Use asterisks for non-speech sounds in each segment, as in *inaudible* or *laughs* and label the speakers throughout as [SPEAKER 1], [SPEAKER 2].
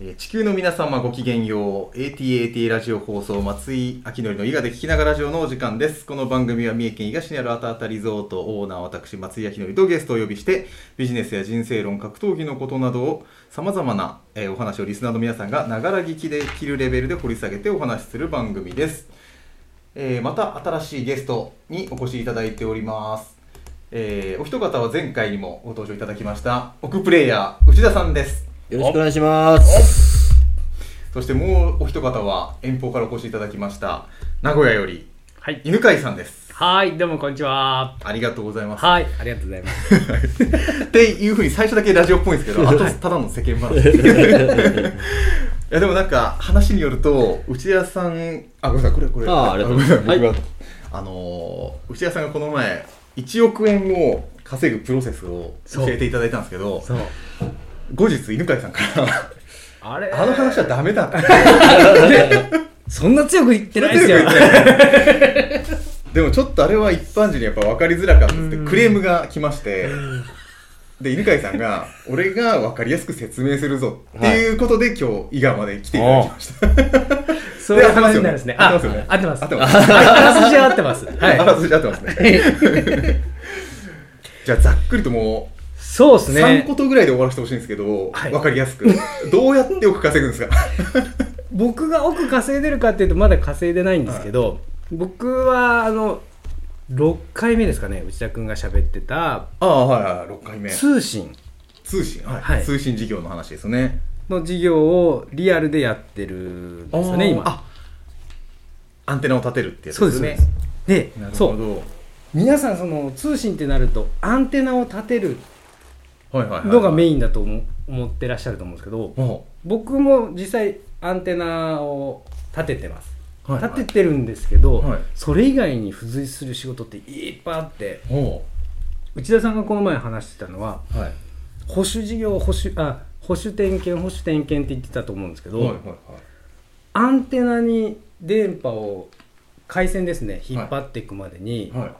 [SPEAKER 1] えー地球の皆様ごきげんよう ATAT ラジオ放送松井明典の伊賀で聞きながらラジオのお時間ですこの番組は三重県伊賀市にあるあたあたリゾートオーナー私松井明典とゲストをお呼びしてビジネスや人生論格闘技のことなどをさまざまな、えーお話をリスナーの皆さんがながら聞きできるレベルで掘り下げてお話しする番組です、えーまた新しいゲストにお越しいただいておりますえーお一方は前回にもご登場いただきました奥プレイヤー内田さんです
[SPEAKER 2] よろしくお願いします。
[SPEAKER 1] そしてもうお一方は遠方からお越しいただきました名古屋より
[SPEAKER 3] はい。
[SPEAKER 1] 犬飼さんです
[SPEAKER 3] はい、どうもこんにちは。
[SPEAKER 1] ありがとうございます
[SPEAKER 3] はい、ありがとうございます。
[SPEAKER 1] *laughs* っていうふうに最初だけラジオっぽいんですけどあとただの世間話 *laughs* いやでもなんか話によると内田さんあごめんなさいこれこれ
[SPEAKER 2] あーありがとうございます
[SPEAKER 1] ごめんなさい僕があのー内田さんがこの前1億円を稼ぐプロセスを教えていただいたんですけど
[SPEAKER 3] そう。
[SPEAKER 1] 後日犬飼さんから
[SPEAKER 3] あれ
[SPEAKER 1] あの話はダメだって
[SPEAKER 3] そんな強く言ってないですよ。
[SPEAKER 1] でもちょっとあれは一般人にやっぱ分かりづらかったっ
[SPEAKER 3] う
[SPEAKER 1] て
[SPEAKER 3] ん
[SPEAKER 1] クレームが来ましてで犬飼さんが「俺が分かりやすく説明するぞ」っていうことで今日伊賀まで来ていただきました
[SPEAKER 3] *laughs* そういう話になるんですね。
[SPEAKER 1] 合
[SPEAKER 3] あ、
[SPEAKER 1] ってますよね
[SPEAKER 3] 合ってます。
[SPEAKER 1] 合っ
[SPEAKER 3] 合ってて
[SPEAKER 1] ま
[SPEAKER 3] ますす。あらす *laughs* じは合ってます。
[SPEAKER 1] あ
[SPEAKER 3] は
[SPEAKER 1] らすじ合ってますね *laughs*
[SPEAKER 3] い。
[SPEAKER 1] じゃあざっくりともう
[SPEAKER 3] そうです
[SPEAKER 1] 3
[SPEAKER 3] ね
[SPEAKER 1] こ。とぐらいで終わらせてほしいんですけど
[SPEAKER 3] はい
[SPEAKER 1] 分かりや
[SPEAKER 3] *laughs*
[SPEAKER 1] すくどうやって奥稼ぐんですか
[SPEAKER 3] 僕が奥稼いでるかっていうと、まだ稼いでないんですけど、僕は、あの、6回目ですかね、内田君が喋ってた、
[SPEAKER 1] ああはいはい6回目
[SPEAKER 3] 通信
[SPEAKER 1] 通信は
[SPEAKER 3] はいい
[SPEAKER 1] 通信事業の話ですね
[SPEAKER 3] の事業をリアルでやってるんですよね、今。
[SPEAKER 1] あアンテナを立てるってやつ
[SPEAKER 3] そう
[SPEAKER 1] で
[SPEAKER 3] です
[SPEAKER 1] す
[SPEAKER 3] ね
[SPEAKER 1] ね。
[SPEAKER 3] で
[SPEAKER 1] な、る
[SPEAKER 3] そ
[SPEAKER 1] ほ
[SPEAKER 3] う。
[SPEAKER 1] ど
[SPEAKER 3] 皆さん、その、通信ってなると、アンテナを立てる
[SPEAKER 1] はいはいはい
[SPEAKER 3] のがメインだと思思ってらっしゃると思うんですけど
[SPEAKER 1] も
[SPEAKER 3] 僕も実際アンテナを立ててます、
[SPEAKER 1] うはいはい
[SPEAKER 3] 立ててるんですけど、
[SPEAKER 1] はい
[SPEAKER 3] それ以外に付随する仕事っていっぱいあって
[SPEAKER 1] ほ
[SPEAKER 3] 内田さんがこの前話してたのは
[SPEAKER 1] うはい
[SPEAKER 3] 保守事業保守あ保守点検保守点検って言ってたと思うんですけど、
[SPEAKER 1] はいはいはい
[SPEAKER 3] アンテナに電波を回線ですね引っ張っていくまでに、
[SPEAKER 1] は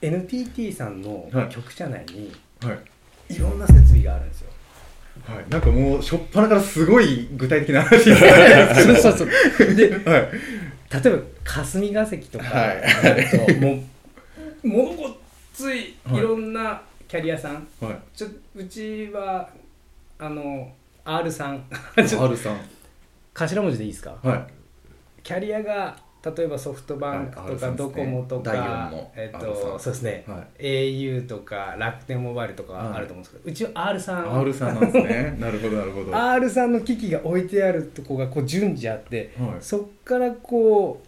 [SPEAKER 3] NTT さんの
[SPEAKER 1] はい
[SPEAKER 3] 局社内に
[SPEAKER 1] いはい
[SPEAKER 3] いろんな設備があるんですよ。
[SPEAKER 1] はい、なんかもう初っ端からすごい具体的な話ですね
[SPEAKER 3] そうそうそうで
[SPEAKER 1] *laughs* はい
[SPEAKER 3] *laughs* 例えば霞が関とか、
[SPEAKER 1] はい
[SPEAKER 3] あともうものごっついい
[SPEAKER 1] はい
[SPEAKER 3] ろんなキャリアさん、
[SPEAKER 1] はい
[SPEAKER 3] ちょうちはあの R さんちょ
[SPEAKER 1] R さん
[SPEAKER 3] 頭文字でいいですか
[SPEAKER 1] はい
[SPEAKER 3] キャリアが例えばソフトバンク
[SPEAKER 1] はい
[SPEAKER 3] と
[SPEAKER 1] R さ
[SPEAKER 3] か
[SPEAKER 1] んです
[SPEAKER 3] ド
[SPEAKER 1] ね
[SPEAKER 3] コモとか、
[SPEAKER 1] 第四の
[SPEAKER 3] えっ
[SPEAKER 1] R さん
[SPEAKER 3] とそうですね、
[SPEAKER 1] は
[SPEAKER 3] au とか楽天モバイルとかあると思うんですけど、うちは R さん
[SPEAKER 1] R さんなんですね *laughs* なるほどなるほど
[SPEAKER 3] R さんの機器が置いてあるとこがこう順次あって、
[SPEAKER 1] はい
[SPEAKER 3] そっからこう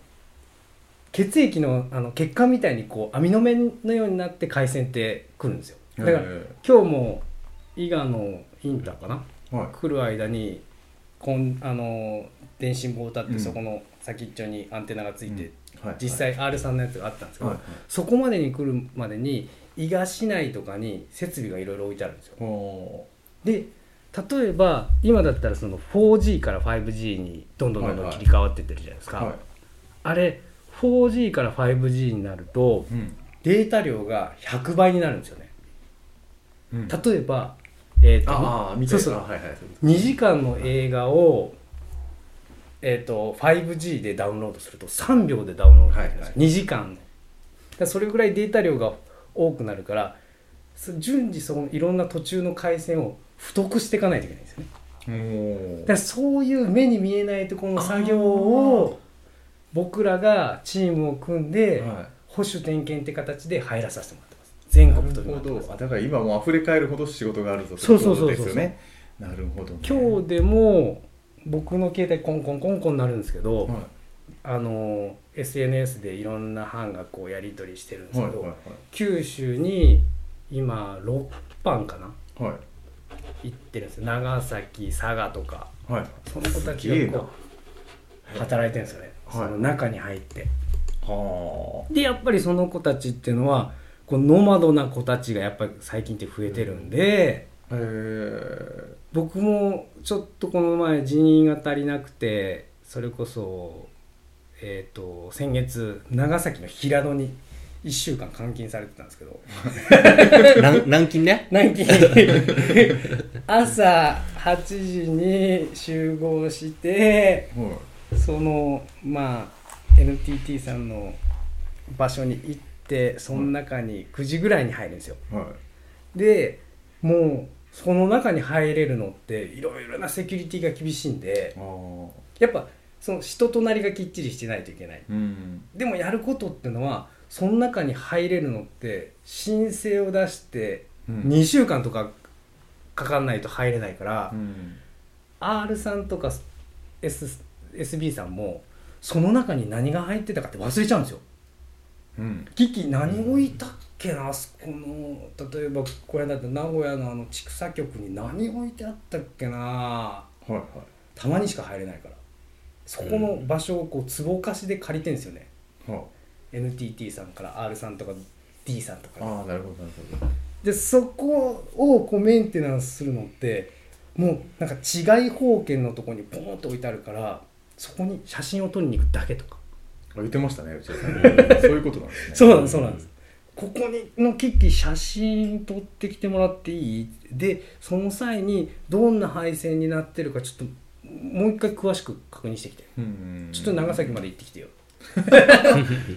[SPEAKER 3] 血液のあの血管みたいにこう網の目のようになって回線って来るんですよだから、
[SPEAKER 1] え
[SPEAKER 3] 今日も伊賀のインターかな、
[SPEAKER 1] えはい
[SPEAKER 3] 来る間にこんあの電信棒を立っ
[SPEAKER 1] うん
[SPEAKER 3] てそこの先っちょにアンテナがついて、
[SPEAKER 1] うんはい
[SPEAKER 3] 実際 R さんのやつがあったんですけど、
[SPEAKER 1] はい
[SPEAKER 3] そこまでに来るまでに伊賀市内とかに設備がいろいろ置いてあるんですよ
[SPEAKER 1] ほ
[SPEAKER 3] で例えば今だったらその 4G から 5G にどんどんどんど
[SPEAKER 1] はいは
[SPEAKER 3] ん
[SPEAKER 1] い
[SPEAKER 3] 切り替わってってるじゃないです
[SPEAKER 1] う
[SPEAKER 3] か、
[SPEAKER 1] は
[SPEAKER 3] あれ 4G から 5G になると
[SPEAKER 1] いうん
[SPEAKER 3] データ量が100倍になるんですよね
[SPEAKER 1] うん
[SPEAKER 3] 例えば、えーと
[SPEAKER 1] ああ見て
[SPEAKER 3] そうそう
[SPEAKER 1] はいはい
[SPEAKER 3] 2時間の映画を、えー、と 5G でダウンロードすると3秒でダウンロードできるんですよ、
[SPEAKER 1] はい
[SPEAKER 3] 2時間のだからそれぐらいデータ量が多くなるからそ順次そのいろんな途中の回線を太くしていかないといけないんですよね
[SPEAKER 1] も
[SPEAKER 3] だからそういう目に見えないところの作業を僕らがチームを組んで
[SPEAKER 1] はい
[SPEAKER 3] 保守点検って形で入らさせてもらってます全国飛び
[SPEAKER 1] なる
[SPEAKER 3] 回って
[SPEAKER 1] ほ
[SPEAKER 3] ます
[SPEAKER 1] どあだから今もう溢れ返るほど仕事があるぞ
[SPEAKER 3] そうそうそう
[SPEAKER 1] っ
[SPEAKER 3] そう
[SPEAKER 1] てことですよねなるほどね
[SPEAKER 3] 今日でも僕の携帯コンコンコンコンなるんですけど、
[SPEAKER 1] は
[SPEAKER 3] あの SNS でいろんな班がこうやり取りしてるんで
[SPEAKER 1] い
[SPEAKER 3] す
[SPEAKER 1] は
[SPEAKER 3] け
[SPEAKER 1] い
[SPEAKER 3] ど、
[SPEAKER 1] はい
[SPEAKER 3] 九州に今6班かな
[SPEAKER 1] はいはい
[SPEAKER 3] 行ってるんですよ長崎佐賀とか
[SPEAKER 1] はい
[SPEAKER 3] その子たち
[SPEAKER 1] すげえ
[SPEAKER 3] が
[SPEAKER 1] な
[SPEAKER 3] こう働いてるんですよね、
[SPEAKER 1] はい
[SPEAKER 3] その中に入って
[SPEAKER 1] は
[SPEAKER 3] でやっぱりその子たちっていうのはこうノマドな子たちがやっぱり最近って増えてるんで、
[SPEAKER 1] あへえ
[SPEAKER 3] 僕もちょっとこの前人員が足りなくてそれこそえっ、と先月長崎の平戸に1週間監禁されてたんですけど
[SPEAKER 2] 軟軟禁ね。
[SPEAKER 3] 軟禁朝8時に集合して
[SPEAKER 1] はい
[SPEAKER 3] そのまあ NTT さんの場所に行ってその中に9時ぐらいに入るんですよ
[SPEAKER 1] はい
[SPEAKER 3] でもうその中に入れるのっていろいろなセキュリティが厳しいんで
[SPEAKER 1] ああ
[SPEAKER 3] やっぱその人となりがきっちりしてないといけない
[SPEAKER 1] うん
[SPEAKER 3] でもやることってのはその中に入れるのって申請を出して
[SPEAKER 1] うん
[SPEAKER 3] 2週間とかかかんないと入れないから、
[SPEAKER 1] うん
[SPEAKER 3] R さんとか S SB さんもその中に何が入ってたかって忘れちゃうんですよ。
[SPEAKER 1] うん
[SPEAKER 3] キキ何置いたっけなあそこの例えばこれだって名古屋のあの千種局に何置いてあったっけな
[SPEAKER 1] はいはい
[SPEAKER 3] たまにしか入れないからそこの場所をこう壺貸しで借りてんですよね、
[SPEAKER 1] は
[SPEAKER 3] NTT さんから R さんとか D さんとか
[SPEAKER 1] ああなるほどなるほ
[SPEAKER 3] でそこをこうメンテナンスするのってもうなんか違い保険のとこにポンと置いてあるからそこに写真を撮りに行くだけとか
[SPEAKER 1] どあ言ってましたね内田 *laughs* さんうんそういうことなんですね
[SPEAKER 3] そうなんですそうなんですここにのキッキー写真撮ってきてもらっていいでその際にどんな配線になってるかちょっともう一回詳しく確認してきて
[SPEAKER 1] うんうんうん
[SPEAKER 3] ちょっと長崎まで行ってきてよ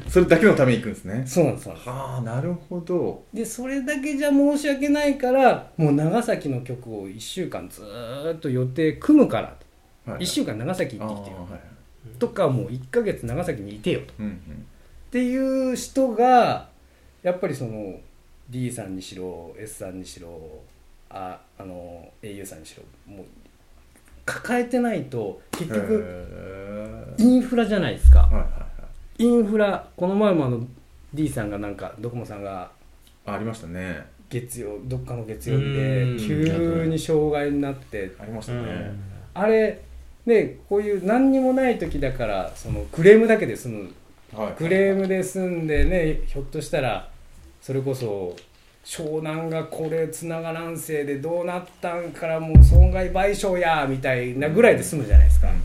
[SPEAKER 1] それだけのために行くんですね
[SPEAKER 3] そうなんですそうなんです
[SPEAKER 1] はあなるほど
[SPEAKER 3] でそれだけじゃ申し訳ないからもう長崎の曲を1週間ずーっと予定組むから
[SPEAKER 1] はいはい
[SPEAKER 3] 1週間長崎行
[SPEAKER 1] あ
[SPEAKER 3] っ
[SPEAKER 1] あ
[SPEAKER 3] てきてよ
[SPEAKER 1] はいはい
[SPEAKER 3] とかもう1ヶ月長崎にいてよとっ
[SPEAKER 1] うんうん
[SPEAKER 3] ていう人がやっぱりその D さんにしろ S さんにしろああの au さんにしろもう抱えてないと結
[SPEAKER 1] へ
[SPEAKER 3] 局
[SPEAKER 1] え
[SPEAKER 3] インフラじゃないですか
[SPEAKER 1] はいはいはい
[SPEAKER 3] インフラこの前もあの D さんがなんかドコモさんが
[SPEAKER 1] あありましたね
[SPEAKER 3] 月曜どっかの月曜日で
[SPEAKER 2] うん
[SPEAKER 3] 急に障害になって
[SPEAKER 1] ありましたね
[SPEAKER 3] あれねこういう何にもない時だからそのクレームだけで済む
[SPEAKER 1] はい
[SPEAKER 3] クレームで済んでねひょっとしたらそれこそ湘南がこれつながらんせいでどうなったんからもう損害賠償やみたいなぐらいで済むじゃないです
[SPEAKER 1] う
[SPEAKER 3] か
[SPEAKER 1] んうん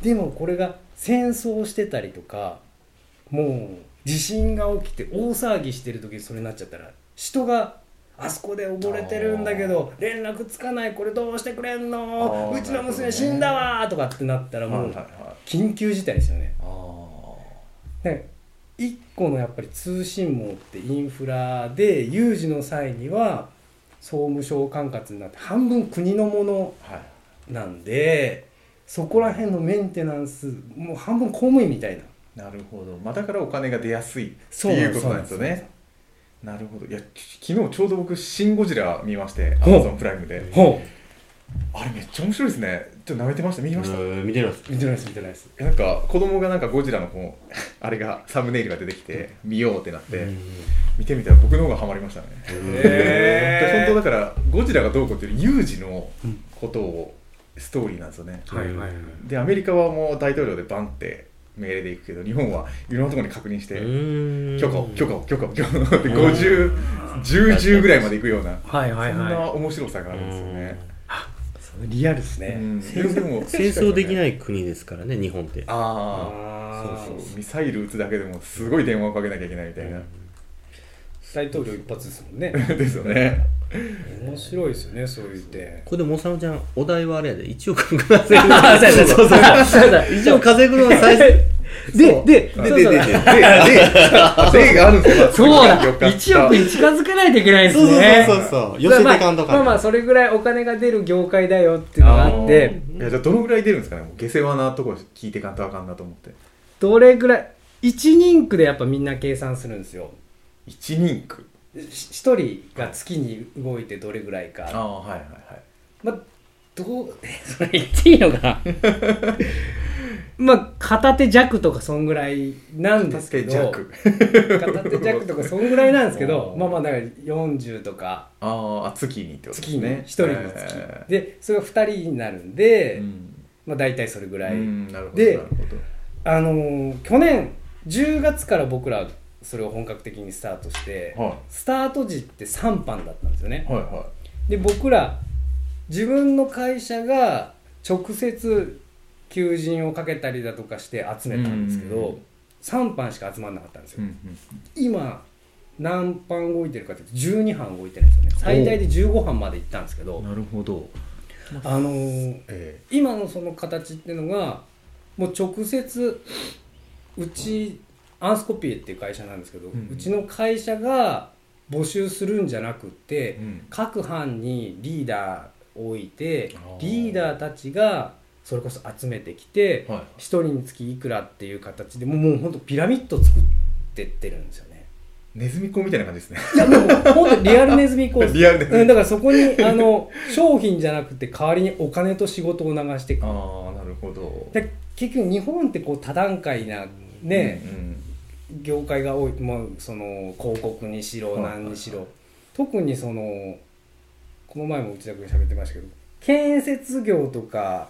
[SPEAKER 3] でもこれが戦争してたりとかもう地震が起きて大騒ぎしてる時にそれになっちゃったら人があそこで溺れてるんだけど連絡つかないこれどうしてくれんの
[SPEAKER 1] あー
[SPEAKER 3] うちの娘死んだわとかってなったら
[SPEAKER 1] はい
[SPEAKER 3] も
[SPEAKER 1] はいうはい
[SPEAKER 3] 緊急事態ですよね。
[SPEAKER 1] あ
[SPEAKER 3] ね一個のやっぱり通信網ってインフラで有事の際には総務省管轄になって半分国のもの
[SPEAKER 1] あはい
[SPEAKER 3] なんでそこら辺のメンテナンスもう半分公務員みたいな
[SPEAKER 1] なるほど、まあ、だからお金が出やすいっていうことなんですよね。なるほどいやき昨日ちょうど僕「シン・ゴジラ」見ましてア
[SPEAKER 3] ほう
[SPEAKER 1] マゾンプライムで
[SPEAKER 3] ほ
[SPEAKER 1] あれめっちゃ面白いですねちょっと舐めてました見てました、
[SPEAKER 2] う
[SPEAKER 1] い
[SPEAKER 2] ん見てます。
[SPEAKER 3] う見てないです見てないです
[SPEAKER 1] やなんか子供がなんかゴジラのこうあれがサムネイルが出てきて見ようってなって、見てみたら僕の方がハマりましたね、
[SPEAKER 3] へー
[SPEAKER 1] で本当だからゴジラがどうこうっていうより有事のことをストーリーなんですよね、
[SPEAKER 3] はいはいはい
[SPEAKER 1] でアメリカはもう大統領でバンって命令でいくけど日本はいろんなところに確認して、許可を許可を許可を許可を *laughs* って5010ぐらいまでいくような
[SPEAKER 3] はい
[SPEAKER 1] そ
[SPEAKER 3] は
[SPEAKER 1] んな面白さがあるんですよね。
[SPEAKER 3] リアルです
[SPEAKER 1] う
[SPEAKER 3] ね、 *laughs*
[SPEAKER 1] ん
[SPEAKER 2] 戦
[SPEAKER 1] でも。
[SPEAKER 2] 争戦争できないい国ですからね、日本って。
[SPEAKER 1] ああ
[SPEAKER 3] あ
[SPEAKER 1] そうそう
[SPEAKER 3] ー
[SPEAKER 1] ミサイル撃つだけでもすごい電話をかけなきゃいけないみたいな、
[SPEAKER 3] 大統領一発ですもんね
[SPEAKER 1] *laughs* ですよね。
[SPEAKER 3] 面白いですよねそういう点
[SPEAKER 2] ここでモサノちゃん、お題はあれやで、1億稼ぐの。
[SPEAKER 3] あそうやそうやそうや
[SPEAKER 2] *laughs* 1億稼ぐのは最初。
[SPEAKER 3] ででで
[SPEAKER 2] そう
[SPEAKER 3] そうそ
[SPEAKER 1] で
[SPEAKER 3] う
[SPEAKER 1] で例があるんですよ。
[SPEAKER 3] そうだ
[SPEAKER 1] よかった
[SPEAKER 3] 1億に近づかないといけないです
[SPEAKER 2] そうそう
[SPEAKER 3] ね
[SPEAKER 2] そうそう。寄せてかんと
[SPEAKER 3] まあまあまあ
[SPEAKER 2] か。
[SPEAKER 3] それぐらいお金が出る業界だよっていうのがあって
[SPEAKER 1] ーいやじゃあどのぐらい出るんですかね。もう下世話なとこ聞いてかんとあかんなと思って。
[SPEAKER 3] どれぐらい1人区でやっぱみんな計算するんですよ
[SPEAKER 1] 一人区。
[SPEAKER 3] 1人が月に動いてどれぐらいか
[SPEAKER 1] あはいはいはい。
[SPEAKER 3] まあどうそれ言っていいのか
[SPEAKER 1] *laughs*
[SPEAKER 3] なまあ片手弱とかそんぐらいなんですけ
[SPEAKER 1] 助け
[SPEAKER 3] ど
[SPEAKER 1] 弱。
[SPEAKER 3] 片手弱とかそんぐらいなんですけど
[SPEAKER 1] *laughs* おー
[SPEAKER 3] まあまあだから40とか
[SPEAKER 1] ああ月にってことです
[SPEAKER 3] 月に
[SPEAKER 1] ね。
[SPEAKER 3] 1人の月、
[SPEAKER 1] え
[SPEAKER 3] でそれが2人になるん
[SPEAKER 1] ー
[SPEAKER 3] で、
[SPEAKER 1] うん
[SPEAKER 3] まあ大体それぐらい、
[SPEAKER 1] うんなるほどな
[SPEAKER 3] で
[SPEAKER 1] るほど。
[SPEAKER 3] あのー去年10月から僕らそれを本格的にスタートして、
[SPEAKER 1] は
[SPEAKER 3] スタート時って3班だったんですよね、
[SPEAKER 1] いはいは
[SPEAKER 3] で僕ら自分の会社が直接求人をかけたりだとかして集めたんですけ
[SPEAKER 1] うんうんう
[SPEAKER 3] ど3班しか集まらなかったんです
[SPEAKER 1] い。う
[SPEAKER 3] よ、
[SPEAKER 1] ん
[SPEAKER 3] 今何班動いてるかっていうと12班動いてるんですよね最大で15班まで行ったんですけど
[SPEAKER 1] なるほど、
[SPEAKER 3] あのー
[SPEAKER 1] え
[SPEAKER 3] 今のその形っていうのがもう直接うちアンスコピエっていう会社なんですけど、
[SPEAKER 1] うん
[SPEAKER 3] うちの会社が募集するんじゃなくて、
[SPEAKER 1] えうん
[SPEAKER 3] 各班にリーダーを置いて
[SPEAKER 1] あー
[SPEAKER 3] リーダーたちがそれこそ集めてきて
[SPEAKER 1] はい
[SPEAKER 3] 一人につきいくらっていう形でもうもうほんとピラミッド作ってってるんですよね
[SPEAKER 1] ネズミ講みたいな感じですね
[SPEAKER 3] いやもうほんとリアルネズミコー
[SPEAKER 1] *laughs*
[SPEAKER 3] ス
[SPEAKER 1] リアルで、
[SPEAKER 3] うんだからそこにあの商品じゃなくて代わりにお金と仕事を流していく
[SPEAKER 1] ああなるほど
[SPEAKER 3] で結局日本ってこう多段階なね、
[SPEAKER 1] うん
[SPEAKER 3] 業界が多い、まあ、その広告にしろ
[SPEAKER 1] はいはいはい
[SPEAKER 3] 何にしろ、特にそのこの前も内田君に喋ってましたけど建設業とか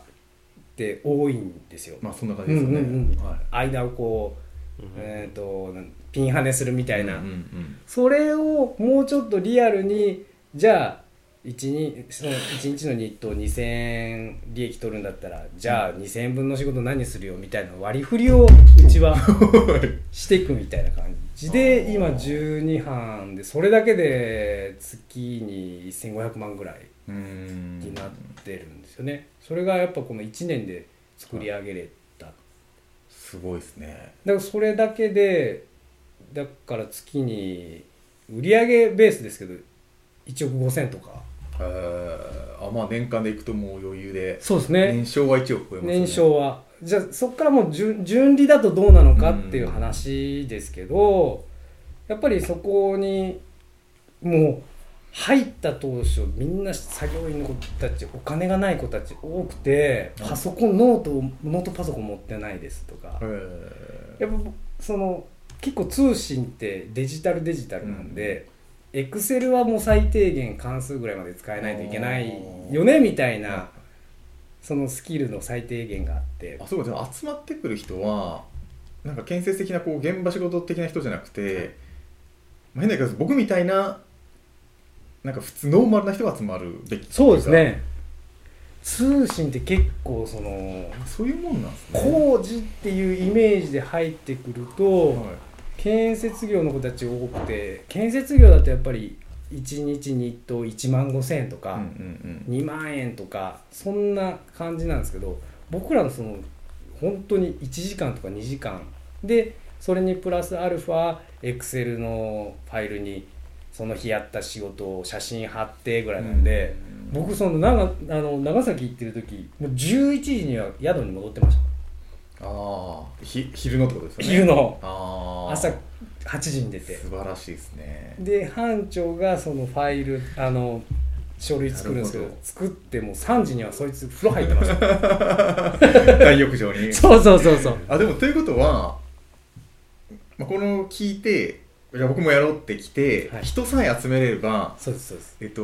[SPEAKER 3] って多いんですよ、
[SPEAKER 1] まあそんな感じですよね、
[SPEAKER 3] うんうんうん
[SPEAKER 1] はい
[SPEAKER 3] 間をこう、えー、となんピンハネするみたいな、
[SPEAKER 1] うんうん
[SPEAKER 3] それをもうちょっとリアルにじゃあ 1, その1日の日当2000円利益取るんだったらじゃあ2000円分の仕事何するよみたいな割り振りをうちは *laughs* していくみたいな感じ
[SPEAKER 1] あー
[SPEAKER 3] で今12班でそれだけで月に1500万ぐらい
[SPEAKER 1] うんうん
[SPEAKER 3] になってるんですよねそれがやっぱこの1年で作り上げれた
[SPEAKER 1] すごいですね
[SPEAKER 3] だからそれだけでだから月に売上ベースですけど1億5000とか
[SPEAKER 1] えー、あまあ年間でいくともう余裕で
[SPEAKER 3] そうです
[SPEAKER 1] 年商は1億超えますね
[SPEAKER 3] 年商はじゃあそこからもう順順利だとどうなのかっていう話ですけどやっぱりそこにもう入った当初みんな作業員の子たちお金がない子たち多くて
[SPEAKER 1] うん
[SPEAKER 3] パソコンノートをノートパソコン持ってないですとか
[SPEAKER 1] えー
[SPEAKER 3] やっぱその結構通信ってデジタルデジタルなんで、エクセルはもう最低限関数ぐらいまで使えないといけないよねみたいなそのスキルの最低限があって
[SPEAKER 1] あそうかじゃあ集まってくる人はなんか建設的なこう現場仕事的な人じゃなくて、まあ、変な言い方です僕みたいななんか普通ノーマルな人が集まるべき
[SPEAKER 3] そうですね通信って結構その
[SPEAKER 1] そういうもんなんですね
[SPEAKER 3] 工事っていうイメージで入ってくると、
[SPEAKER 1] はい
[SPEAKER 3] 建設業の子たち多くて建設業だとやっぱり1日日当1万5000円とか。
[SPEAKER 1] うんうん
[SPEAKER 3] 2万円とかそんな感じなんですけど僕らのその本当に1時間とか2時間でそれにプラスアルファエクセルのファイルにその日やった仕事を写真貼ってぐら
[SPEAKER 1] う
[SPEAKER 3] い
[SPEAKER 1] ん
[SPEAKER 3] なんで、
[SPEAKER 1] うん
[SPEAKER 3] 僕その長あの長崎行ってる時もう11時には宿に戻ってました、
[SPEAKER 1] ああひ昼のってことですよね
[SPEAKER 3] 昼の
[SPEAKER 1] ああ
[SPEAKER 3] 朝8時に出て
[SPEAKER 1] 素晴らしいですね
[SPEAKER 3] で班長がそのファイルあの書類作るんですけど
[SPEAKER 1] なるほ
[SPEAKER 3] 作ってもう3時にはそいつ風呂入ってました
[SPEAKER 1] 大浴場に
[SPEAKER 3] *laughs* そうそうそうそう
[SPEAKER 1] あでもということは、まあ、この聞いてじゃあ僕もやろうってきて、
[SPEAKER 3] はい
[SPEAKER 1] 人さえ集めれば
[SPEAKER 3] そうですそうです
[SPEAKER 1] えっと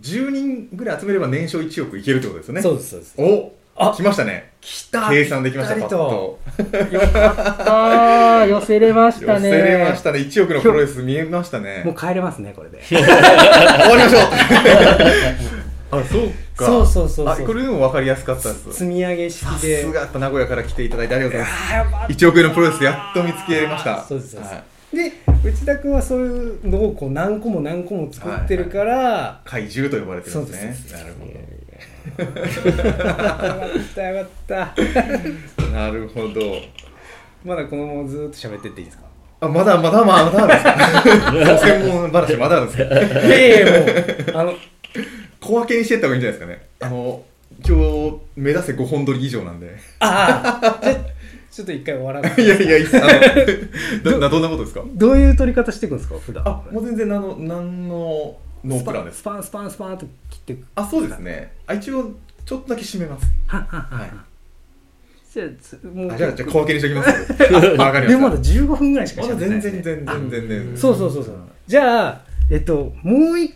[SPEAKER 1] 10人ぐらい集めれば年商1億いけるってことですよね
[SPEAKER 3] そうですそうです。
[SPEAKER 1] お
[SPEAKER 3] あ
[SPEAKER 1] 来ましたね
[SPEAKER 3] 来た
[SPEAKER 1] 計算できました
[SPEAKER 3] ぴ
[SPEAKER 1] パッ
[SPEAKER 3] っりと
[SPEAKER 1] と
[SPEAKER 3] ああ寄せれまし
[SPEAKER 1] 寄
[SPEAKER 3] たね。
[SPEAKER 1] せれましたね1億のプロレス見えましたね
[SPEAKER 3] *laughs* もう帰れますねこれで。
[SPEAKER 1] 終わりましょう *laughs* あそうか
[SPEAKER 3] そうそうそう
[SPEAKER 1] あ
[SPEAKER 3] そう。
[SPEAKER 1] これでも分かりやすかったです
[SPEAKER 3] 積み上げ式
[SPEAKER 1] さ
[SPEAKER 3] で。
[SPEAKER 1] すがやっぱ名古屋から来ていただいてありがとうございます
[SPEAKER 3] あーよかった
[SPEAKER 1] 1億円のプロレスやっと見つけました
[SPEAKER 3] そうですそうです
[SPEAKER 1] はい
[SPEAKER 3] で内田君はそういうのをこう何個も何個も作ってるから。
[SPEAKER 1] 怪獣と呼ばれてるんですね
[SPEAKER 3] そうです
[SPEAKER 1] なるほど
[SPEAKER 3] *laughs* よかったよかった。
[SPEAKER 1] なるほど。
[SPEAKER 3] まだこのままずーっと喋ってっていいですか。
[SPEAKER 1] あ、まだまだまだまだある
[SPEAKER 3] *laughs*
[SPEAKER 1] んですか *laughs* 専門話まだあるんですか
[SPEAKER 3] いやいやもうあの
[SPEAKER 1] 小分けにしてった方がいいんじゃないですかね。あの、今日、目指せ5本撮り以上なんで。
[SPEAKER 3] ああじゃちょっと一回終わらないい。
[SPEAKER 1] や *laughs* いや、いいっすあ *laughs* の、どなどんなことですか
[SPEAKER 3] どういう取り方していくんですか普段。
[SPEAKER 1] あ、もう全然、あの、なんの、ノープランです
[SPEAKER 3] ス。パンスパンスパンスパンと切っていく。
[SPEAKER 1] あ、そうですね。あ、一応、ちょっとだけ締めます。はい。
[SPEAKER 3] じゃあつも
[SPEAKER 1] あじゃあ、じゃあ小分けにしておきます。 *laughs* あわかりました。
[SPEAKER 3] でもまだ15分ぐらいしか
[SPEAKER 1] ま
[SPEAKER 3] 喋
[SPEAKER 1] だ
[SPEAKER 3] ってな
[SPEAKER 1] 全
[SPEAKER 3] い
[SPEAKER 1] 然、
[SPEAKER 3] ですね
[SPEAKER 1] 全然、全然、全然。
[SPEAKER 3] そうそうそうそうじゃあえっともう一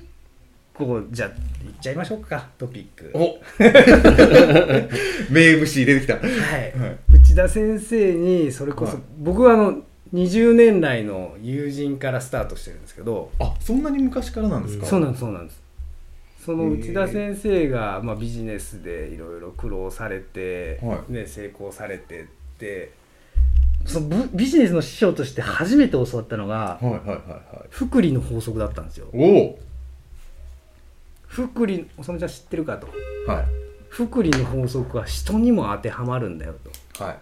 [SPEAKER 3] 個じゃあいっちゃいましょうかトピック
[SPEAKER 1] *laughs*
[SPEAKER 3] は
[SPEAKER 1] お名 MC 出てきた。はい
[SPEAKER 3] い、内田先生にそれこそ、
[SPEAKER 1] はい
[SPEAKER 3] 僕はあの20年来の友人からスタートしてるんですけど
[SPEAKER 1] あ、そんなに昔からなんですか
[SPEAKER 3] そうなんですそうなんですその
[SPEAKER 1] へえ
[SPEAKER 3] 内田先生が、まあ、ビジネスでいろいろ苦労されて、
[SPEAKER 1] はい
[SPEAKER 3] ね、成功されてってそのブビジネスの師匠として初めて教わったのが
[SPEAKER 1] はいはいはいはい
[SPEAKER 3] 福利の法則だったんですよ
[SPEAKER 1] おお
[SPEAKER 3] 福利おさむちゃん知ってるかと
[SPEAKER 1] はい
[SPEAKER 3] 福利の法則は人にも当てはまるんだよと
[SPEAKER 1] はい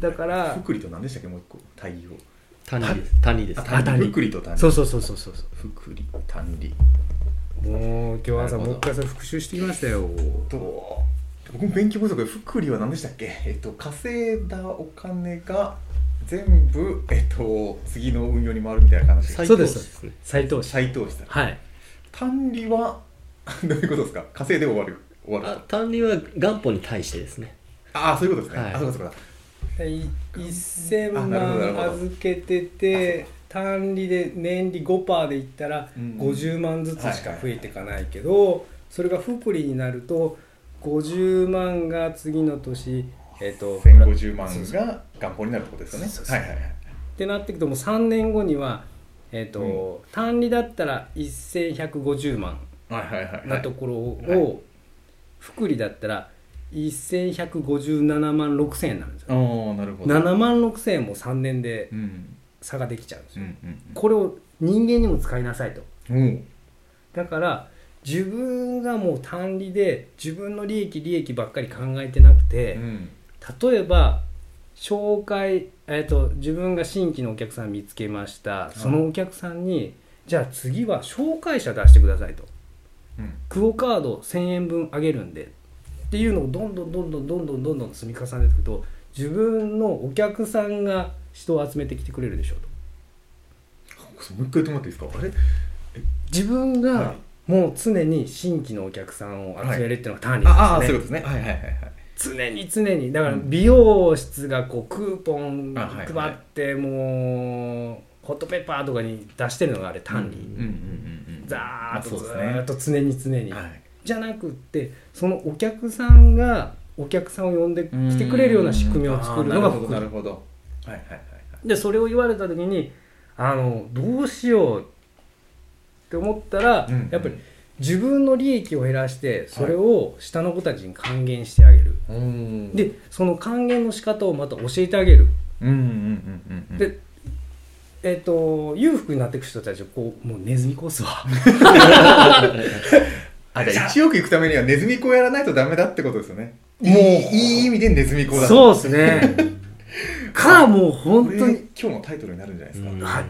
[SPEAKER 3] だから
[SPEAKER 1] 福利と何でしたっけもう一個対義語
[SPEAKER 2] 谷です。谷です。
[SPEAKER 3] あ谷
[SPEAKER 1] 福利と単利
[SPEAKER 3] そうそうそうそうそうそ
[SPEAKER 1] 福利単利
[SPEAKER 3] うもう今日朝
[SPEAKER 1] なるほど
[SPEAKER 3] もう一回さ復習してきましたよ
[SPEAKER 1] と僕も勉強不足で福利は何でしたっけえっと稼いだお金が全部えっと次の運用に回るみたいな話
[SPEAKER 2] 再
[SPEAKER 3] そう
[SPEAKER 2] 投
[SPEAKER 3] で
[SPEAKER 2] 資
[SPEAKER 3] す
[SPEAKER 2] ですね。
[SPEAKER 3] 再投資
[SPEAKER 1] 再投資だ
[SPEAKER 3] はい
[SPEAKER 1] 単利は *laughs* どういうことですか稼いで終わる終わる
[SPEAKER 2] あ単利は元本に対してですね。
[SPEAKER 1] ああそういうことですね、
[SPEAKER 2] はい
[SPEAKER 1] あそうかそうか
[SPEAKER 3] 1000
[SPEAKER 1] あなるほどなるほ
[SPEAKER 3] 万
[SPEAKER 1] ど
[SPEAKER 3] 預けてて単利で年利5%でいったら
[SPEAKER 1] うん
[SPEAKER 3] 50万ずつしか増えていかないけど、それが福利になると50万が次の年えっ、とっ
[SPEAKER 1] 1050万が元本になるってことですよね
[SPEAKER 3] そうそうそう
[SPEAKER 1] はいはいはい
[SPEAKER 3] てなってくともう3年後には、えっと
[SPEAKER 1] う
[SPEAKER 3] 単利だったら1150万
[SPEAKER 1] はいはいはいは
[SPEAKER 3] ないところを、
[SPEAKER 1] はいはい
[SPEAKER 3] 福利だったら1157万6000円になるんですよ。
[SPEAKER 1] ああなるほど
[SPEAKER 3] 7万6000円も3年で
[SPEAKER 1] うん
[SPEAKER 3] 差ができちゃうんです
[SPEAKER 1] う
[SPEAKER 3] よ、
[SPEAKER 1] ん
[SPEAKER 3] これを人間にも使いなさいと
[SPEAKER 1] うんうん
[SPEAKER 3] だから自分がもう単利で自分の利益利益ばっかり考えてなくて、
[SPEAKER 1] うん
[SPEAKER 3] 例えば紹介、えっと自分が新規のお客さん見つけましたそのお客さんに、じゃあ次は紹介者出してくださいと
[SPEAKER 1] うん
[SPEAKER 3] クオ・カード1000円分あげるんでっていうのをどんどんどんどんどんどんどんどん積み重ねていくと自分のお客さんが人を集めてきてくれるでしょうと
[SPEAKER 1] もう一回止まっていいですかあれ
[SPEAKER 3] 自分
[SPEAKER 1] は
[SPEAKER 3] がもう常に新規のお客さんを集めるっていうのが単利
[SPEAKER 1] あ
[SPEAKER 3] なん
[SPEAKER 1] あ
[SPEAKER 3] で
[SPEAKER 1] そう
[SPEAKER 3] す
[SPEAKER 1] いう
[SPEAKER 3] ね
[SPEAKER 1] ことですねはいはいはいはい
[SPEAKER 3] 常に常にだから
[SPEAKER 1] うん
[SPEAKER 3] 美容室がこうクーポン
[SPEAKER 1] あはいはい
[SPEAKER 3] 配ってもうホットペッパーとかに出してるのがあれ単利、
[SPEAKER 1] うんうんうんうん
[SPEAKER 3] ザーッと
[SPEAKER 1] まあ
[SPEAKER 3] ず
[SPEAKER 1] そうですね
[SPEAKER 3] ーっと常に常に、
[SPEAKER 1] はい
[SPEAKER 3] じゃなくってそのお客さんがお客さんを呼んできてくれるような仕組みを作るのが
[SPEAKER 1] あーなるほど
[SPEAKER 3] 福
[SPEAKER 1] な
[SPEAKER 3] 利
[SPEAKER 1] るほどはいはいはいはい
[SPEAKER 3] でそれを言われた時にあのどうしようって思ったら、
[SPEAKER 1] うんうん
[SPEAKER 3] やっぱり自分の利益を減らしてそれを下の子たちに還元してあげる、
[SPEAKER 1] うん
[SPEAKER 3] でその還元の仕方をまた教えてあげる、
[SPEAKER 1] うんうんうんうんうん
[SPEAKER 3] でえっと裕福になっていく人たちをこうもうネズミコースは
[SPEAKER 1] あじゃあ1億いくためにはネズミ講やらないとダメだってことですよね
[SPEAKER 3] もう
[SPEAKER 1] いいいい意味でネズミ講だ
[SPEAKER 3] そうです
[SPEAKER 1] *laughs*
[SPEAKER 3] ねからもう本
[SPEAKER 1] 本
[SPEAKER 3] 当
[SPEAKER 1] 当に
[SPEAKER 3] に
[SPEAKER 1] 今日のタイトルになるんじゃないですか、
[SPEAKER 3] はい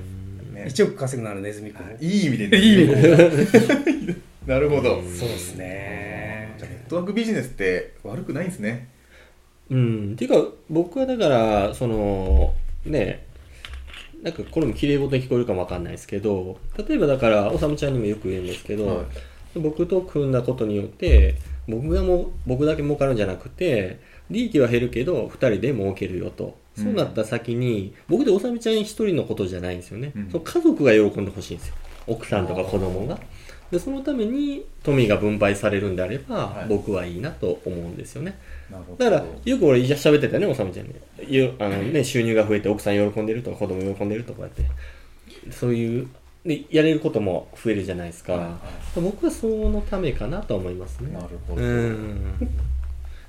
[SPEAKER 1] ね
[SPEAKER 3] 1億稼ぐならネズミコ
[SPEAKER 1] はいいい意味でネ
[SPEAKER 3] いい
[SPEAKER 1] ズ
[SPEAKER 3] 意
[SPEAKER 1] ミ
[SPEAKER 3] 味
[SPEAKER 1] 講
[SPEAKER 3] で
[SPEAKER 1] なるほど
[SPEAKER 2] うん
[SPEAKER 3] そうです
[SPEAKER 1] じゃあネ
[SPEAKER 3] ね
[SPEAKER 1] ットワークビジネスって悪くないんですね
[SPEAKER 2] うん。っていうか、僕はだから、その、ね、なんかこれも綺麗事に聞こえるかもわかんないですけど、例えばだから、おさむちゃんにもよく言うんですけど、
[SPEAKER 1] はい
[SPEAKER 2] 僕と組んだことによって、僕がもう、僕だけ儲かるんじゃなくて、利益は減るけど、二人で儲けるよと。そうなった先に、僕でおさみちゃん一人のことじゃないんですよね。
[SPEAKER 1] うん
[SPEAKER 2] そう家族が喜んでほしいんですよ。奥さんとか子供が。で、そのために富が分配されるんであれば、
[SPEAKER 1] はい
[SPEAKER 2] 僕はいいなと思うんですよね。
[SPEAKER 1] なるほ
[SPEAKER 2] だから、よく俺、いや喋ってたね、おさみちゃんに。ゆあのね、収入が増えて、奥さん喜んでるとか、子供喜んでるとかやって。そういう、で、やれることも増えるじゃないですか。僕はそのためかなとは思いますね。
[SPEAKER 1] なるほど、
[SPEAKER 2] うん。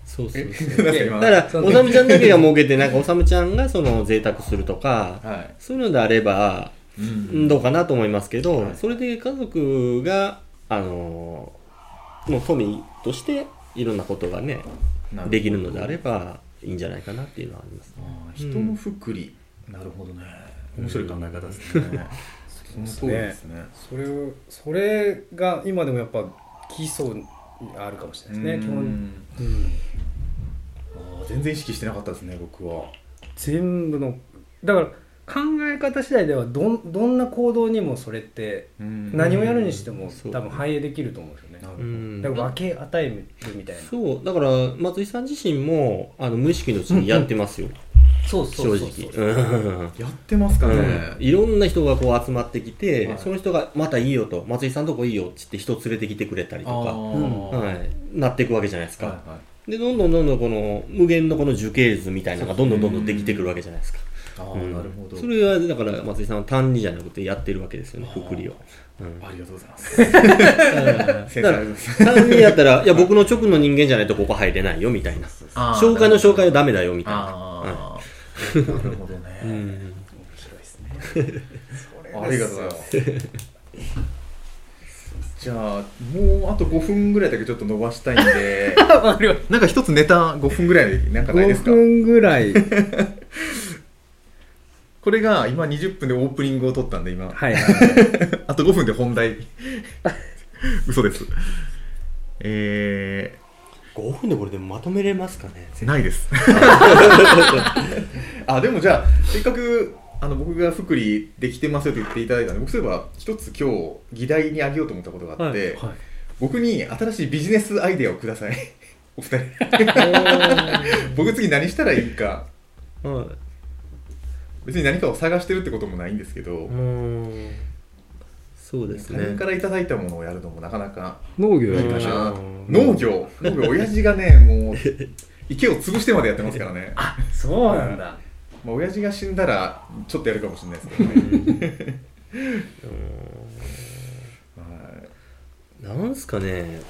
[SPEAKER 2] そうそうそう。
[SPEAKER 1] なんか今
[SPEAKER 2] だから、
[SPEAKER 3] そう
[SPEAKER 2] おさむちゃんだけが儲けて、なんかおさむちゃんがその贅沢するとか、
[SPEAKER 1] はい
[SPEAKER 2] そういうのであれば、
[SPEAKER 1] う
[SPEAKER 2] どうかなと思いますけど、
[SPEAKER 1] はい
[SPEAKER 2] それで家族が、あのーもう富としていろんなことがね、
[SPEAKER 1] な
[SPEAKER 2] できるのであればいいんじゃないかなっていうのはあります。
[SPEAKER 1] あー人の福利、なるほどね面白い考え方ですね、
[SPEAKER 3] ん
[SPEAKER 1] その通りですね
[SPEAKER 3] それをそれが今でもやっぱ基礎にあるかもしれないですね基
[SPEAKER 1] う
[SPEAKER 3] 本、
[SPEAKER 1] んあー全然意識してなかったですね僕は
[SPEAKER 3] 全部のだから考え方次第ではどんどんな行動にもそれって何をやるにしても
[SPEAKER 2] そう
[SPEAKER 3] 多分反映できると思うんですよね
[SPEAKER 1] なるほ
[SPEAKER 2] う
[SPEAKER 1] ど
[SPEAKER 2] ん
[SPEAKER 3] だから分け与えるみたいな
[SPEAKER 2] そう、だから松井さん自身もあの無意識のうちにやってますよ、
[SPEAKER 3] そう
[SPEAKER 2] 正
[SPEAKER 1] *laughs*
[SPEAKER 2] 直。うん
[SPEAKER 1] やってますかね、
[SPEAKER 2] うんいろんな人がこう集まってきて、
[SPEAKER 1] はい
[SPEAKER 2] その人がまたいいよと松井さんとこいいよっつって人連れてきてくれたり
[SPEAKER 1] あ
[SPEAKER 2] と
[SPEAKER 1] ー
[SPEAKER 2] か、はい、なっていくわけじゃないですか、
[SPEAKER 1] はいはい
[SPEAKER 2] でどんどんどんどんこの無限のこの樹形図みたいなのがどんどんどんどんできてくるわけじゃないですか、
[SPEAKER 1] あー
[SPEAKER 2] うん
[SPEAKER 1] なるほど
[SPEAKER 2] それはだから松井さんは単利じゃなくてやってるわけですよね
[SPEAKER 1] あー
[SPEAKER 2] 福利を、うん、
[SPEAKER 1] ありがとうございます *laughs* 先生
[SPEAKER 2] *laughs* だか
[SPEAKER 1] ありがとうござい
[SPEAKER 2] ら
[SPEAKER 1] ます
[SPEAKER 2] 単利やったらいや僕の直の人間じゃないとここ入れないよみたいな
[SPEAKER 1] あー
[SPEAKER 2] 紹介の紹介はダメだよみたいな、
[SPEAKER 1] あーなるほどね、
[SPEAKER 2] う
[SPEAKER 1] 面
[SPEAKER 2] ん
[SPEAKER 1] 白いですね
[SPEAKER 3] それ
[SPEAKER 1] ありがとうございます。じゃあもうあと5分ぐらいだけちょっと伸ばしたいんで *laughs* なんか一つネタ5分ぐらいなんかないです
[SPEAKER 3] 5
[SPEAKER 1] か
[SPEAKER 3] 分ぐら *laughs* いはい
[SPEAKER 1] これが今20分でオープニングを撮ったんで *laughs* 今、
[SPEAKER 3] はい
[SPEAKER 1] あと5分で本題 *laughs* 嘘ですえ
[SPEAKER 2] 5分でこれでもまとめれますかね
[SPEAKER 1] ー、ないです *laughs* あでもじゃあせっかくあの僕が福利できてますよと言っていただいたんで僕そういえば一つ今日議題にあげようと思ったことがあって、
[SPEAKER 3] はい
[SPEAKER 1] 僕に新しいビジネスアイデアをください *laughs* お二人
[SPEAKER 2] は
[SPEAKER 1] 僕次何したらいいか
[SPEAKER 2] い
[SPEAKER 1] 別に何かを探してるってこともないんですけど、
[SPEAKER 2] うんそうです
[SPEAKER 1] 他
[SPEAKER 2] ね
[SPEAKER 1] 人からいただいたものをやるのもなかなか
[SPEAKER 3] 農業
[SPEAKER 1] い
[SPEAKER 3] やり
[SPEAKER 1] い
[SPEAKER 3] ま
[SPEAKER 1] か
[SPEAKER 3] しょう
[SPEAKER 1] な
[SPEAKER 2] うん
[SPEAKER 1] 農業農業親父がねもう池を潰してまでやってますからねまあ
[SPEAKER 3] そうなんだ
[SPEAKER 1] 親父が死んだらちょっとやるかもしれないですけど
[SPEAKER 2] う
[SPEAKER 1] ね
[SPEAKER 2] ん
[SPEAKER 1] はい
[SPEAKER 2] なんすかね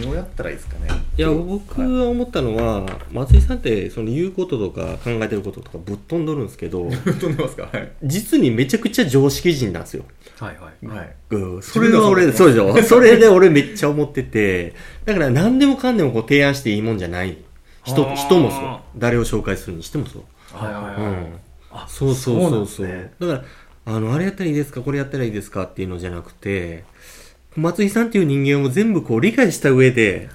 [SPEAKER 1] 何をやったらいいですかね
[SPEAKER 2] いや
[SPEAKER 1] 今日
[SPEAKER 2] 僕
[SPEAKER 1] はい
[SPEAKER 2] は思ったのは、松井さんってその言うこととか考えてることとかぶっ飛んどるんですけど
[SPEAKER 1] 飛んでますかはい、
[SPEAKER 2] 実にめちゃくちゃ常識人なんですよ
[SPEAKER 3] はいはい
[SPEAKER 1] はい、
[SPEAKER 2] うん
[SPEAKER 1] 自
[SPEAKER 2] そ
[SPEAKER 1] 分
[SPEAKER 2] れ
[SPEAKER 1] では
[SPEAKER 2] は
[SPEAKER 1] そう
[SPEAKER 2] 俺、
[SPEAKER 1] だと
[SPEAKER 2] そうでしょ。それで俺めっちゃ思ってて、だから何でもかんでもこう提案していいもんじゃない。人
[SPEAKER 3] あー
[SPEAKER 2] 人もそう。誰を紹介するにしてもそう。
[SPEAKER 3] はいはいは
[SPEAKER 2] う
[SPEAKER 3] い
[SPEAKER 2] ん。
[SPEAKER 3] あ
[SPEAKER 2] そうそうそうそう
[SPEAKER 3] そうなんですね
[SPEAKER 2] だから、あの、あれやったらいいですか、これやったらいいですかっていうのじゃなくて、松井さんっていう人間を全部こう理解した上で、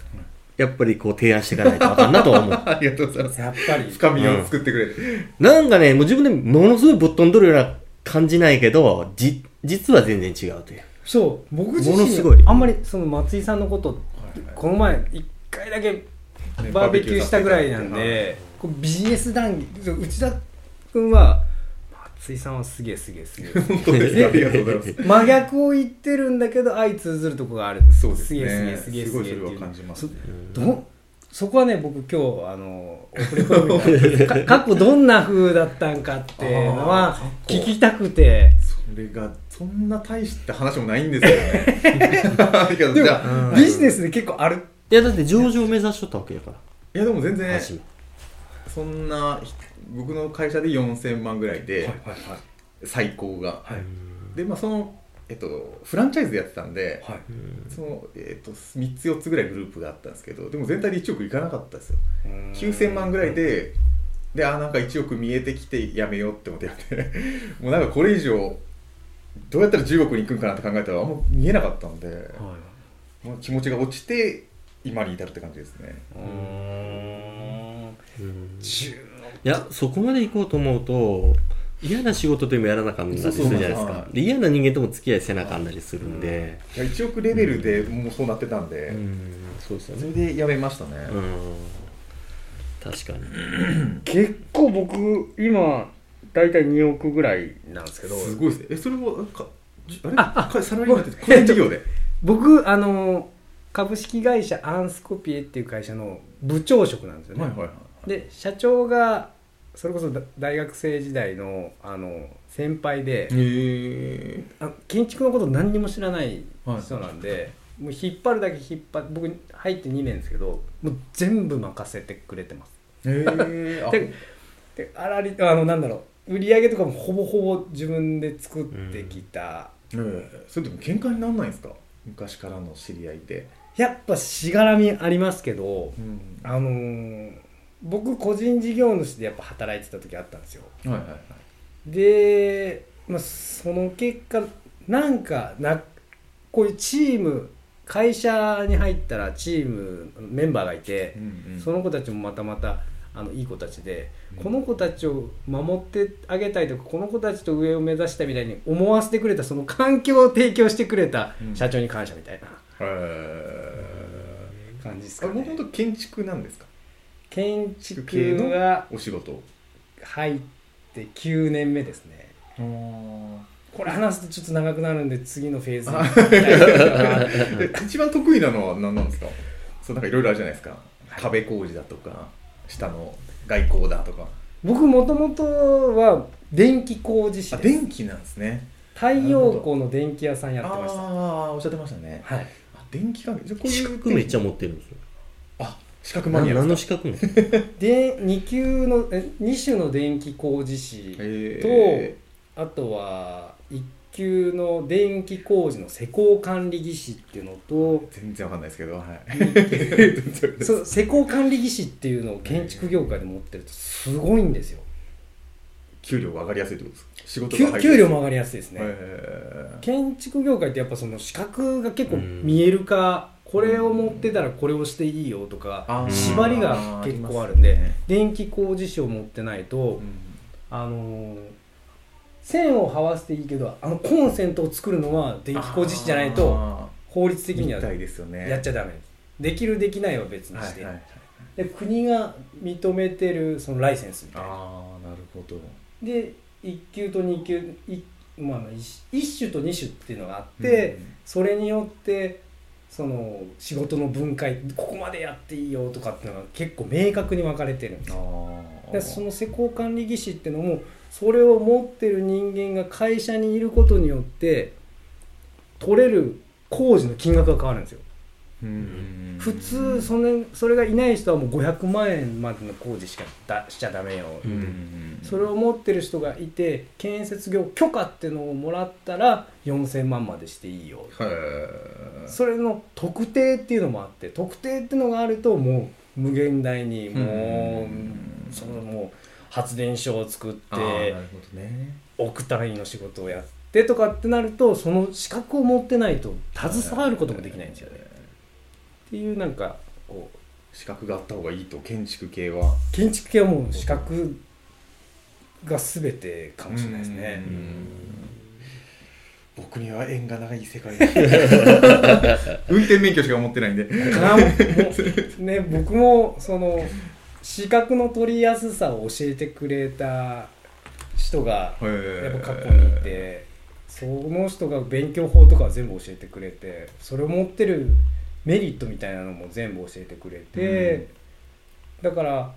[SPEAKER 2] やっぱりこう提案していかないとあかんなとは
[SPEAKER 1] *laughs*
[SPEAKER 2] 思う。
[SPEAKER 1] ありがとうございます
[SPEAKER 3] やっぱり
[SPEAKER 1] 深みを作ってくれて、
[SPEAKER 2] なんかね、もう自分でものすごいぶっ飛んどるような感じないけど、じ、実は全然違うという。
[SPEAKER 3] そう僕自
[SPEAKER 2] ものす
[SPEAKER 3] 身
[SPEAKER 2] ごい
[SPEAKER 3] あんまりその松井さんのこと
[SPEAKER 1] はい
[SPEAKER 3] この前一回だけ
[SPEAKER 1] ね
[SPEAKER 3] バーベキューしたぐらいなんでこうビジネス談義そう内田君は松井さんはすげえすげえすげえ
[SPEAKER 1] *laughs* 本当ですかありがとうございます
[SPEAKER 3] 真逆を言ってるんだけど相通ずるとこがある
[SPEAKER 1] そうです
[SPEAKER 3] すげ
[SPEAKER 1] ね
[SPEAKER 3] えすげえすげ
[SPEAKER 1] すご
[SPEAKER 3] えす
[SPEAKER 1] いそれ
[SPEAKER 3] げえ
[SPEAKER 1] は感じますね
[SPEAKER 3] どんそこはね僕今日あのオフレコみたいなか *laughs* 過去どんな風だったんかっていうの
[SPEAKER 1] あー
[SPEAKER 3] は
[SPEAKER 1] 過去
[SPEAKER 3] 聞きたくて
[SPEAKER 1] それがそんな大した話もないん *laughs* ですよねありがとう
[SPEAKER 3] で
[SPEAKER 1] じ
[SPEAKER 3] も
[SPEAKER 1] ゃあ
[SPEAKER 3] ビジネスで結構ある
[SPEAKER 2] いや、だって上場を目指しとったわけやから。
[SPEAKER 1] いやでも全然
[SPEAKER 2] 初め
[SPEAKER 1] そんなひ僕の会社で4000万ぐらいで最高が、
[SPEAKER 3] はい
[SPEAKER 1] でまあそのえっとフランチャイズでやってたんで、
[SPEAKER 3] はい
[SPEAKER 1] そのえっと3つ4つぐらいグループがあったんですけどでも全体で1億いかなかったですよ9000万ぐらいでであなんか1億見えてきてやめようって思ってやって *laughs* もうなんかこれ以上どうやったら10億に行くんかなって考えたらあんま見えなかったんで、
[SPEAKER 3] は
[SPEAKER 1] もう気持ちが落ちて今に至るって感じですね
[SPEAKER 3] いうん
[SPEAKER 2] うん
[SPEAKER 3] 10
[SPEAKER 2] いや、そこまで行こうと思うと、嫌な仕事というもやらなあかんだりするじゃないです
[SPEAKER 1] そうそうそう
[SPEAKER 2] か
[SPEAKER 1] は。い
[SPEAKER 2] で嫌な人間とも付き合いせなあかんだりするんで。
[SPEAKER 1] いや1億レベルでもうそうなってたんで、
[SPEAKER 2] うん、そうですよ
[SPEAKER 1] そ
[SPEAKER 2] ね。
[SPEAKER 1] れでやめましたね、
[SPEAKER 2] うん。確かに。
[SPEAKER 3] 結構僕今大体2億ぐらいなんですけど
[SPEAKER 1] すごいですねえそれもかじあれかサラリーマンって個人事業で
[SPEAKER 3] 僕あの株式会社アンスコピエっていう会社の部長職なんですよね、
[SPEAKER 1] はいはいはい
[SPEAKER 3] で社長がそれこそだ大学生時代のあの先輩で
[SPEAKER 1] へ
[SPEAKER 3] あ建築のこと何にも知らない
[SPEAKER 1] はい
[SPEAKER 3] 人なんで、もう引っ張るだけ引っ張って僕入って2年ですけどもう全部任せてくれてます
[SPEAKER 1] えへえ
[SPEAKER 2] *laughs*
[SPEAKER 1] あ
[SPEAKER 3] でであらりあのなんだろう売り上げとかもほぼほぼ自分で作ってきた、
[SPEAKER 1] えそれでも喧嘩にならないんですか昔からの知り合いで、
[SPEAKER 3] やっぱしがらみありますけど
[SPEAKER 1] うん
[SPEAKER 3] あのー僕個人事業主でやっぱ働いてた時あったんですよ
[SPEAKER 1] はいはいはい
[SPEAKER 3] で、まあ、その結果なんかなこういうチーム会社に入ったらチームメンバーがいて
[SPEAKER 1] う、んうん
[SPEAKER 3] その子たちもまたまたあのいい子たちで、
[SPEAKER 1] うん
[SPEAKER 3] この子たちを守ってあげたいとかこの子たちと上を目指したみたいに思わせてくれたその環境を提供してくれた
[SPEAKER 1] うん
[SPEAKER 3] 社長に感謝みたいな
[SPEAKER 1] へ
[SPEAKER 3] 感じです
[SPEAKER 1] え
[SPEAKER 3] か
[SPEAKER 1] もと
[SPEAKER 3] ね
[SPEAKER 1] も。と建築なんですか
[SPEAKER 3] 建
[SPEAKER 1] 系
[SPEAKER 3] 築
[SPEAKER 1] の
[SPEAKER 3] が
[SPEAKER 1] お仕事
[SPEAKER 3] 入って9年目ですね。これ話すとちょっと長くなるんで次のフェーズに行きたいですが
[SPEAKER 1] で一番得意なのは何なんですかそうなんかいろいろあるじゃないですか壁工事だとか下の外交だとか
[SPEAKER 3] *laughs* 僕もともとは電気工事士
[SPEAKER 1] あ
[SPEAKER 3] です
[SPEAKER 1] 電気なんですね
[SPEAKER 3] 太陽光の電気屋さんやってまし
[SPEAKER 1] ああおっしゃってましたね
[SPEAKER 3] たはい
[SPEAKER 1] あ電気関係じゃあこうい
[SPEAKER 2] 資
[SPEAKER 1] う
[SPEAKER 2] 格めっちゃ持ってるんですよ。
[SPEAKER 1] あ資格マニア
[SPEAKER 2] 何の
[SPEAKER 1] ですか
[SPEAKER 2] 資格も
[SPEAKER 3] で2級のえ2種の電気工事士
[SPEAKER 1] え
[SPEAKER 3] とあとは1級の電気工事の施工管理技師っていうのと
[SPEAKER 1] ー全然わかんないですけど、はい、 *laughs*
[SPEAKER 3] そう施工管理技師っていうのを建築業界で持ってるとすごいんですよ
[SPEAKER 1] 給料が上がりやすいってことですか仕事が入
[SPEAKER 3] 給
[SPEAKER 1] りやすい
[SPEAKER 3] 給料も上がりやすいですね、
[SPEAKER 1] え
[SPEAKER 3] 建築業界ってやっぱその資格が結構見える化、これを持ってたらこれをしていいよとか、
[SPEAKER 1] ー
[SPEAKER 3] 縛りが結構あるんで、
[SPEAKER 1] ありますね
[SPEAKER 3] 電気工事士を持ってないと、
[SPEAKER 1] ー
[SPEAKER 3] あのー線を這わせていいけどあのコンセントを作るのは電気工事士じゃないと
[SPEAKER 1] あ
[SPEAKER 3] 法律
[SPEAKER 1] ー
[SPEAKER 3] 的には
[SPEAKER 1] みたいですよね
[SPEAKER 3] やっちゃダメですできるできないは別に
[SPEAKER 1] は
[SPEAKER 3] して、
[SPEAKER 1] いはいはい
[SPEAKER 3] で国が認めてるそのライセンスみたいな
[SPEAKER 1] ああなるほど
[SPEAKER 3] で1級と2級いまあまあ 1, 種と2種っていうのがあって、
[SPEAKER 1] うん
[SPEAKER 3] それによってその仕事の分解ここまでやっていいよとかっていうのが結構明確に分かれてるんです
[SPEAKER 1] あ
[SPEAKER 3] でその施工管理技師ってのもそれを持ってる人間が会社にいることによって取れる工事の金額が変わるんですよ普
[SPEAKER 1] 普
[SPEAKER 3] 通それそれがいない人はもう500万円までの工事しかだしちゃダメよ、
[SPEAKER 2] うん
[SPEAKER 3] それを持ってる人がいて建設業許可ってのをもらったら4000万までしていいよ
[SPEAKER 1] へえ
[SPEAKER 3] それの特定っていうのもあって特定っていうのがあるともう無限大にもう、
[SPEAKER 1] うん
[SPEAKER 3] そのもう発電所を作っ
[SPEAKER 1] あー
[SPEAKER 3] て
[SPEAKER 1] なるほどね
[SPEAKER 3] 億単位の仕事をやってとかってなるとその資格を持ってないと携わることもできないんですよね。っていうなんかこう
[SPEAKER 1] 資格があった方がいいと建築系は
[SPEAKER 3] 建築系はもう資格が全てかもしれないですね。
[SPEAKER 1] うん僕には縁が長い世界
[SPEAKER 3] *laughs*
[SPEAKER 1] 運転免許しか持ってないんで
[SPEAKER 3] かもうね、 *laughs* 僕もその資格の取りやすさを教えてくれた人がや
[SPEAKER 1] や
[SPEAKER 3] っぱ過去にいてその人が勉強法とか全部教えてくれてそれを持ってるメリットみたいなのも全部教えてくれて、だから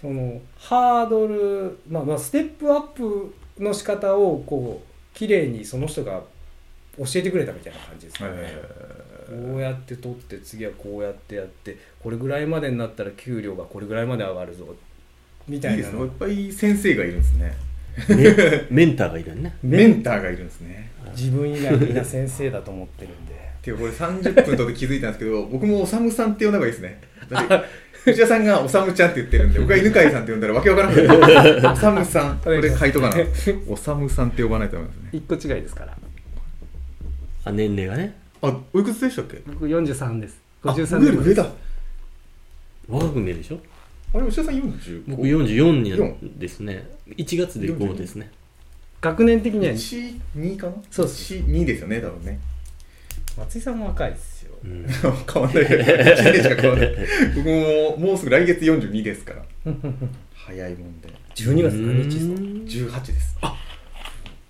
[SPEAKER 3] そのハードル、まあ、まあステップアップの仕方をこう綺麗にその人が教えてくれたみたいな感じですね。こうやって取って次はこうやってやってこれぐらいまでになったら給料がこれぐらいまで上がるぞみた
[SPEAKER 1] いい
[SPEAKER 3] い
[SPEAKER 1] で
[SPEAKER 3] な
[SPEAKER 1] すねい
[SPEAKER 3] の
[SPEAKER 1] っぱい先生がいるんですね
[SPEAKER 2] メメンターがいるね
[SPEAKER 1] メンターがいるんですね
[SPEAKER 3] 自分以外みんな先生だと思ってるんで
[SPEAKER 1] っていうこれ30分とって気づいたんですけど *laughs* 僕もおさむさんって呼んだ方がいいです *laughs* ねだって内田さんがおさむちゃんって言ってるんで僕が犬飼さんって呼んだらわけわから *laughs* なくなるおさむさんこれ書いとかなおさむさんって呼ばないと思いますね
[SPEAKER 3] *laughs* 一個違いですから
[SPEAKER 2] あ年齢がね
[SPEAKER 1] あおいくつでしたっけ
[SPEAKER 3] 僕43です
[SPEAKER 1] あ上より上だ
[SPEAKER 2] 若く見えるでしょ
[SPEAKER 1] あれ内田さん45
[SPEAKER 2] 僕44になですね1月で5ですね
[SPEAKER 3] 学年的には
[SPEAKER 1] 1、2かな
[SPEAKER 3] そうです
[SPEAKER 1] 1、2ですよね、多分ね。
[SPEAKER 3] 松井さんも若いですよ
[SPEAKER 2] うん
[SPEAKER 1] *laughs* 変わんないけど、1年しか変わんない。 *laughs* 僕ももうすぐ来月42ですから。早いもんで。
[SPEAKER 3] 12月何日
[SPEAKER 2] う
[SPEAKER 3] で
[SPEAKER 2] ん
[SPEAKER 1] 18です。あ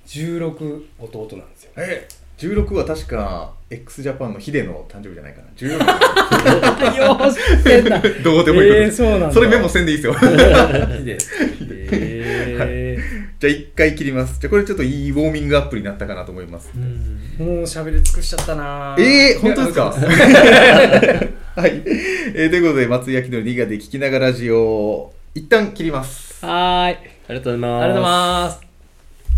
[SPEAKER 3] すか16弟なんですよ
[SPEAKER 1] ええ16は確か x ジャパンのヒデの誕生日じゃないかな。16
[SPEAKER 3] *laughs* よーし知ってんだ
[SPEAKER 1] *laughs* どうでもいいことです。
[SPEAKER 3] えーそうなんだ
[SPEAKER 1] それメモせんでいいですよ。 *laughs*
[SPEAKER 3] でえ
[SPEAKER 1] じゃあ一回切ります。じゃあこれちょっといいウォーミングアップになったかなと思います。
[SPEAKER 3] ー、もう喋り尽くしちゃったなー
[SPEAKER 1] えー、本当ですか *laughs*
[SPEAKER 3] いやそう
[SPEAKER 1] はい、えーということで、松井明のリーガで聞きながらラジオ、一旦切ります。
[SPEAKER 2] はーいありがとうございます
[SPEAKER 3] ありがとうございます